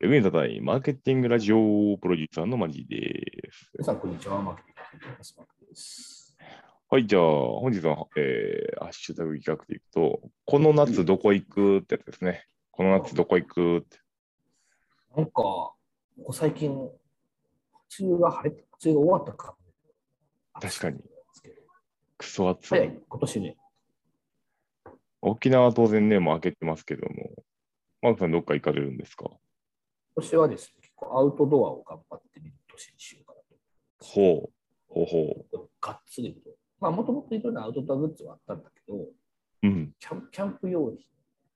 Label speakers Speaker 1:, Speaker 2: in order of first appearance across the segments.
Speaker 1: ウェンサタイ、マーケティングラジオプロデューサーのマジです。
Speaker 2: 皆さん、こんにちは。マーケティングの安松です。
Speaker 1: はい、じゃあ、本日の、えー、ハッシュタグ企画でいくと、この夏どこ行くってやつですね。この夏どこ行くって。
Speaker 2: なんか、ここ最近、梅雨が晴れ、梅雨が終わったか。
Speaker 1: 確かに
Speaker 2: 暑いですけど。
Speaker 1: クソ暑い。
Speaker 2: 早い、今年ね。
Speaker 1: 沖縄は当然ね、もう開けてますけども、マークさんどっか行かれるんですか
Speaker 2: 今年はですね、結構アウトドアを頑張ってみる年にしようかなと。
Speaker 1: ほう、ほうほ
Speaker 2: でもがっつりと。まあ、もともといろんなアウトドアグッズはあったんだけど、
Speaker 1: う。うん。
Speaker 2: キャンキャンプ用品、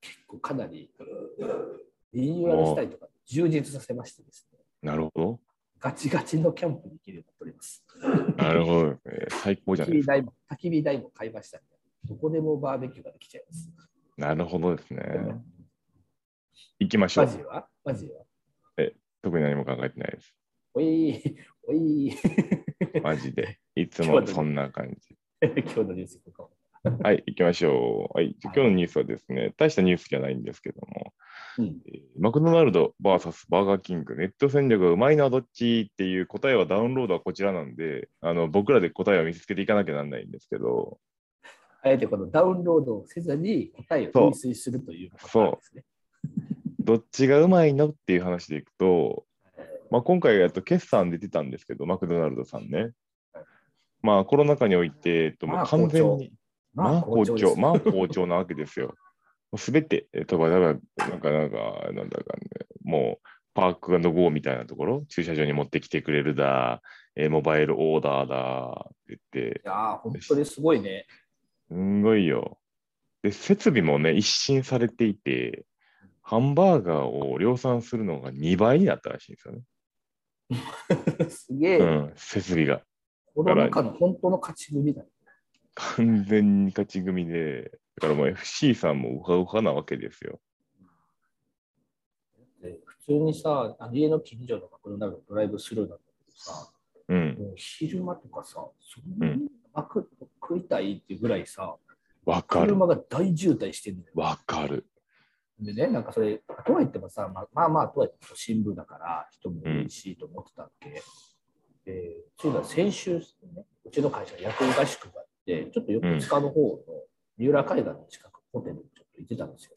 Speaker 2: 結構かなりリニューアルしたりとか、充実させましてですね、
Speaker 1: なるほ
Speaker 2: ガチガチのキャンプに行けるようになっております。
Speaker 1: ど。なるほど、えー最高じゃな
Speaker 2: 焚き
Speaker 1: いで
Speaker 2: 火
Speaker 1: すか。
Speaker 2: 台も焚き火台も買いましたんで、どこでもバーベキューができちゃいます。
Speaker 1: なるほどですね。行きましょ
Speaker 2: マ
Speaker 1: う。
Speaker 2: ジはマジは
Speaker 1: 特に何も考えてないです。
Speaker 2: おい、おい、
Speaker 1: マジで。いつもそんな感じ。
Speaker 2: 今日のニュースいこうか。
Speaker 1: はい、行きましょう。はい、じゃあ今日のニュースはですね、大したニュースじゃないんですけども、
Speaker 2: うん、
Speaker 1: えーマクドナルド VS バーガーキング、ネット戦略がうまいのはどっちっていう答えはダウンロードはこちらなんで、あの僕らで答えを見つけていかなきゃなんないんですけど、
Speaker 2: あえてこのダウンロードをせずに答えを
Speaker 1: そう
Speaker 2: 粉水するということ
Speaker 1: そう
Speaker 2: なんですね。
Speaker 1: どっちがうまいのっていう話でいくと、まあ、今回やっと決算出てたんですけど、マクドナルドさんね。まあコロナ禍において、えっと、も
Speaker 2: ま
Speaker 1: う
Speaker 2: あ
Speaker 1: 完全
Speaker 2: 好調
Speaker 1: に、まあ好
Speaker 2: です
Speaker 1: 調、まあ好調なわけですよ。 すべて、えっと、なんか、なんか、なんか、なんだかね、もう、パークのゴーみたいなところ、駐車場に持ってきてくれるだ、えーモバイルオーダーだって言って
Speaker 2: い、やー本当にすごいね。
Speaker 1: すんごいよ。で、設備もね、一新されていて、ハンバーガーを量産するのが2倍になったらしいんですよね。
Speaker 2: すげえ、
Speaker 1: うん、設備が。
Speaker 2: コロナ禍の本当の勝ち組だ。
Speaker 1: 完全に勝ち組で、だからもう FC さんもウハウハなわけですよ。
Speaker 2: で普通にさ、あの家の近所のマクドナルドドライブスルーなんだけどさ、
Speaker 1: うん、
Speaker 2: もう昼間とかさ、そんなにマクド食いたいっていうぐらいさ、
Speaker 1: わかる。
Speaker 2: 車が大渋滞してるんだよ。
Speaker 1: わかる。
Speaker 2: でね、なんかそれ、とはいってもさ、まあまあ、まあ、とはいっても新聞だから人も多いしと思ってたんで、でそういえば先週、ね、うちの会社が役員合宿があって、ちょっと横須賀の方の三浦海岸の近く、ホテルにちょっと行ってたんですよ、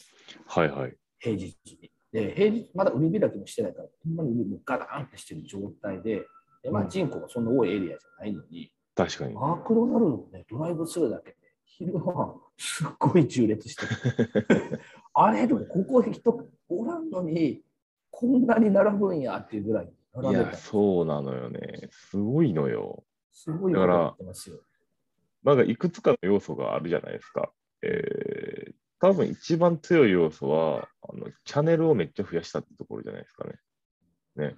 Speaker 1: はいはい。
Speaker 2: 平日に。で、平日、まだ海開きもしてないから、ほんまに海もガランってしてる状態で、でまあ、人口がそんな多いエリアじゃないのに、
Speaker 1: 確かに。
Speaker 2: マクドナルドのね、ドライブスルーだけで、昼間、すっごい縦列してる あれ、でもここ人おらんのに、こんなに並ぶんやっていうぐらい並
Speaker 1: い
Speaker 2: んで
Speaker 1: や、
Speaker 2: た。
Speaker 1: そうなのよね。すごいのよ。
Speaker 2: すごい
Speaker 1: だから
Speaker 2: なってますよ。
Speaker 1: なんかいくつかの要素があるじゃないですか。えー、多分一番強い要素はあの、チャンネルをめっちゃ増やしたってところじゃないですかね。ね。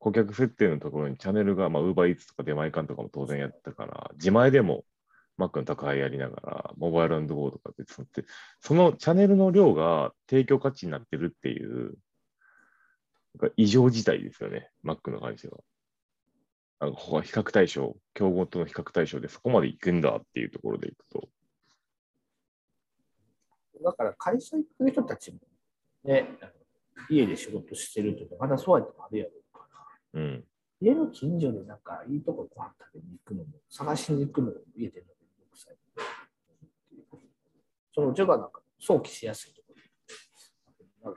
Speaker 1: 顧客設定のところにチャンネルが、まあ、Uber Eats とか出前館とかも当然やったから、自前でも Mac の宅配やりながら、モバイルゴーとかってそのって、そのチャンネルの量が提供価値になってるっていう、なんか異常事態ですよね、Mac の会社は。あのここは比較対象、競合との比較対象でそこまで行くんだっていうところでいくと。
Speaker 2: だから会社行く人たちも、ね、あの家で仕事してるとか、まだそうやってもあるやろうから、
Speaker 1: うん。
Speaker 2: 家の近所でなんかいいとこご飯食べに行くのも、探しに行くのも家でのめんどくさい。そのうちがなんか想起しやすいところになる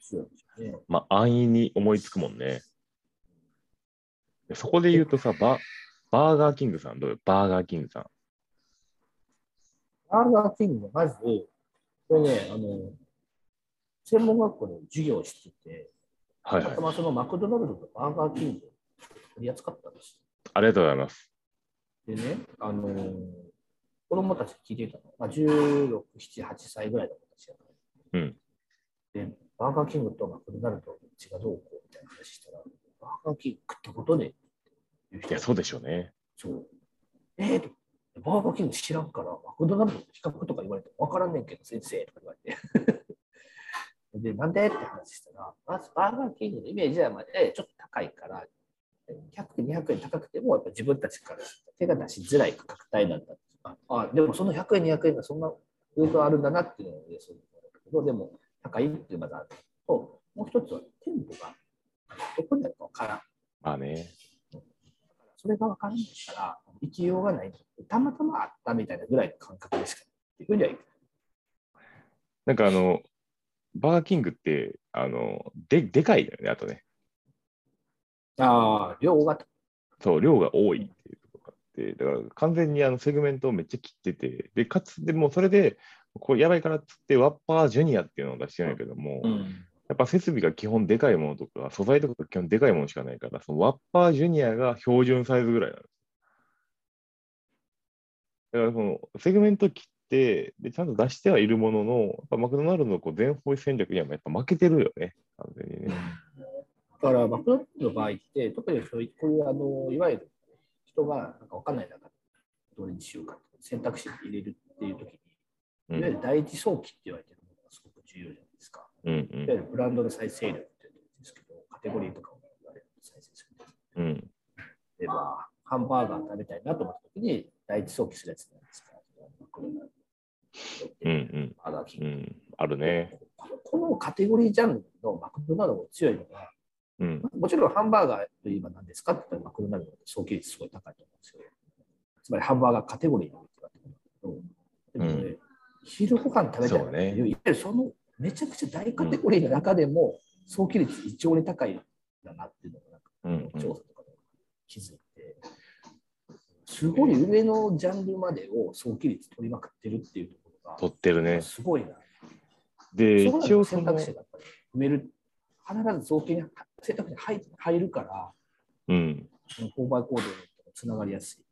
Speaker 2: 強いんでしょうね。
Speaker 1: まあ、安易に思いつくもんね。でそこで言うとさ、ババーガーキングさん、どうよバーガーキングさん。
Speaker 2: バーガーキングがまず、これね、あの、専門学校で授業をしてて、
Speaker 1: はい
Speaker 2: た
Speaker 1: は
Speaker 2: ま
Speaker 1: い
Speaker 2: た。まそのマクドナルドとバーガーキングを取り扱ったんです。
Speaker 1: ありがとうございます。
Speaker 2: でね、あのー子供たち聞いてたの、まあ、16、7、8歳ぐらいの子たちやから。
Speaker 1: うん
Speaker 2: で、バーガーキングとマクドナルドの違がどうこうみたいな話したら、バーガーキング食ったことねえって
Speaker 1: い
Speaker 2: 言
Speaker 1: や、
Speaker 2: う人
Speaker 1: そうでしょうね。
Speaker 2: そう。えーと、バーガーキング知らんから、マクドナルドの比較とか言われて、わからんねんけど、先生とか言われて。 で、なんでって話したら、まずバーガーキングのイメージはまあ、えーちょっと高いから、100円、200円高くても、やっぱ自分たちから手が出しづらい価格帯なんだってああ、でもその100円、200円がそんな上とあるんだなっていうので、そう思うんだけど、でも高いっていうのがあると、もう一つは店どこにあるかわからん。
Speaker 1: まあね。
Speaker 2: それがわからないから、生きようがない。たまたまあったみたいなぐらいの感覚でしかない。っていうふうにはいく。
Speaker 1: なんかあの、バーキングって、あの、で、でかいだよね、あとね。
Speaker 2: ああ、量が
Speaker 1: そう、量が多いっていうところがあって、だから完全にあのセグメントをめっちゃ切ってて、で、かつ、でもうそれで、これやばいからっつって、ワッパージュニアっていうのを出してるんやけども、
Speaker 2: うん。
Speaker 1: やっぱ設備が基本でかいものとか、素材とかが基本でかいものしかないから、そのワッパージュニアが標準サイズぐらいなんです。だからそのセグメント切って、でちゃんと出してはいるものの、やっぱマクドナルドのこう全方位戦略にはやっぱ負けてるよね、完全にね。
Speaker 2: だから、マクドナルドの場合って、特にそういう、こういうあのいわゆる人がなんか分かんない中で、どれにしようかって選択肢に入れるっていう時
Speaker 1: う
Speaker 2: に、いわゆ
Speaker 1: ん
Speaker 2: る第一早期って言われてるものがすごく重要じゃないですか。
Speaker 1: うん
Speaker 2: いわゆるブランドの再生力っていうんですけど、カテゴリーとかを言われると再生する。
Speaker 1: うんうん
Speaker 2: 例えば、ハンバーガー食べたいなと思った時に、第一早期するやつなんですから、マクドナル
Speaker 1: う
Speaker 2: ド
Speaker 1: んうん
Speaker 2: バーガーキン
Speaker 1: う
Speaker 2: グ
Speaker 1: んあるね。
Speaker 2: このこのカテゴリージャンルのマクドナルドが強いのが、
Speaker 1: うん
Speaker 2: もちろんハンバーガーといえば何ですかって言ったらマクドナルドの早期率すごい高いと思うんですよ。つまりハンバーガーカテゴリーのことだと思うんだけど、でもね、昼ご飯食べたいなっていう、
Speaker 1: そ
Speaker 2: いわゆるそのめちゃくちゃ大カテゴリーの中でも、早期率異常に高いんだなっていうのがなんか
Speaker 1: うんうん
Speaker 2: 調査とかで気づいて、すごい上のジャンルまでを早期率取りまくってるっていうところが、
Speaker 1: 取ってるね。
Speaker 2: すごいな。
Speaker 1: で、
Speaker 2: そこら
Speaker 1: 一
Speaker 2: の
Speaker 1: 応そ
Speaker 2: 選
Speaker 1: の
Speaker 2: 択、肢がやっぱり埋める、必ず造形に選択肢に入入るから、
Speaker 1: うん、
Speaker 2: 購買行動とつながりやすい。うん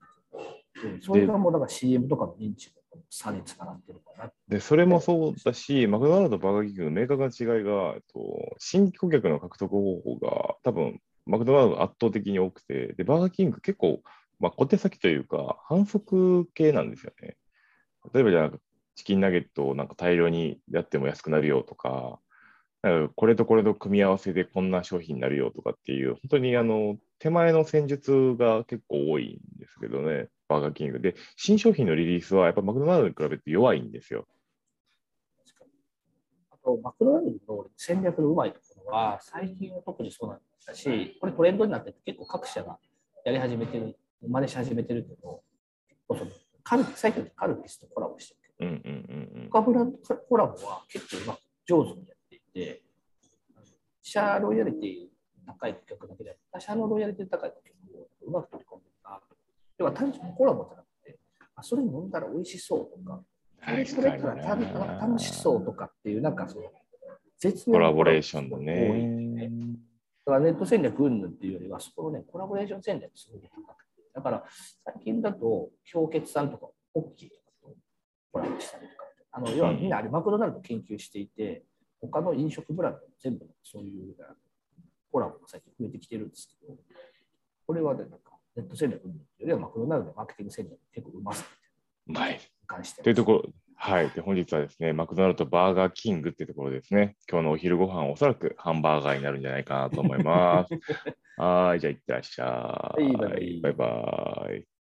Speaker 2: それがもうだから CM とかの認知の差につながってるかな。
Speaker 1: で、それもそうだし、マクドナルドとバーガーキングの明確な違いが、えっと、新規顧客の獲得方法が多分、マクドナルドが圧倒的に多くて、で、バーガーキング結構、まあ、小手先というか、反則系なんですよね。例えばじゃあ、チキンナゲットをなんか大量にやっても安くなるよとか、なんかこれとこれと組み合わせでこんな商品になるよとかっていう、本当にあの手前の戦術が結構多いんですけどね、バーガーキング。で、新商品のリリースはやっぱマクドナルドに比べて弱いんですよ。
Speaker 2: あと、マクドナルドの戦略のうまいところは、最近は特にそうなんだし、これトレンドになってて結構各社がやり始めてる、真似し始めてるけど、そうそうカル最近ってカルピスとコラボしてるけど、
Speaker 1: うんうんうんうん。
Speaker 2: 他ブランドとコラボは結構うまく上手にやっていて、自社ロイヤリティ高い顧客だけではなく、他社のロイヤリティ高い顧客をうまく取り込んでるなと。要は単純にコラボじゃなくて、あそれ飲んだら美味しそうとか、それ食べたら食べたら楽しそうとかっていう、なんかその、絶
Speaker 1: コ
Speaker 2: 妙な
Speaker 1: ラボレーションの
Speaker 2: 多い
Speaker 1: ね。
Speaker 2: だからネット戦略云々っていうよりは、そこのね、コラボレーション戦略すごい高くて。だから、最近だと、氷結さんとか、ポッキーとかとコラボしたりとか、あの要はみんなあれ、マクドナルド研究していて、他の飲食ブランドも全部そういうあのコラボが最近増えてきてるんですけど、これはね、なんかネット戦略云々っていうよりは、マクドナルドのマーケティング戦略結構うまさ
Speaker 1: うまい。
Speaker 2: に関しては。
Speaker 1: というところ、はい。で、本日はですね、マクドナルドとバーガーキングっていうところですね。今日のお昼ご飯おそらくハンバーガーになるんじゃ ないかなと思います。はい。じゃあ、いってらっしゃい。
Speaker 2: はいバ
Speaker 1: バ
Speaker 2: イバイ
Speaker 1: イバイ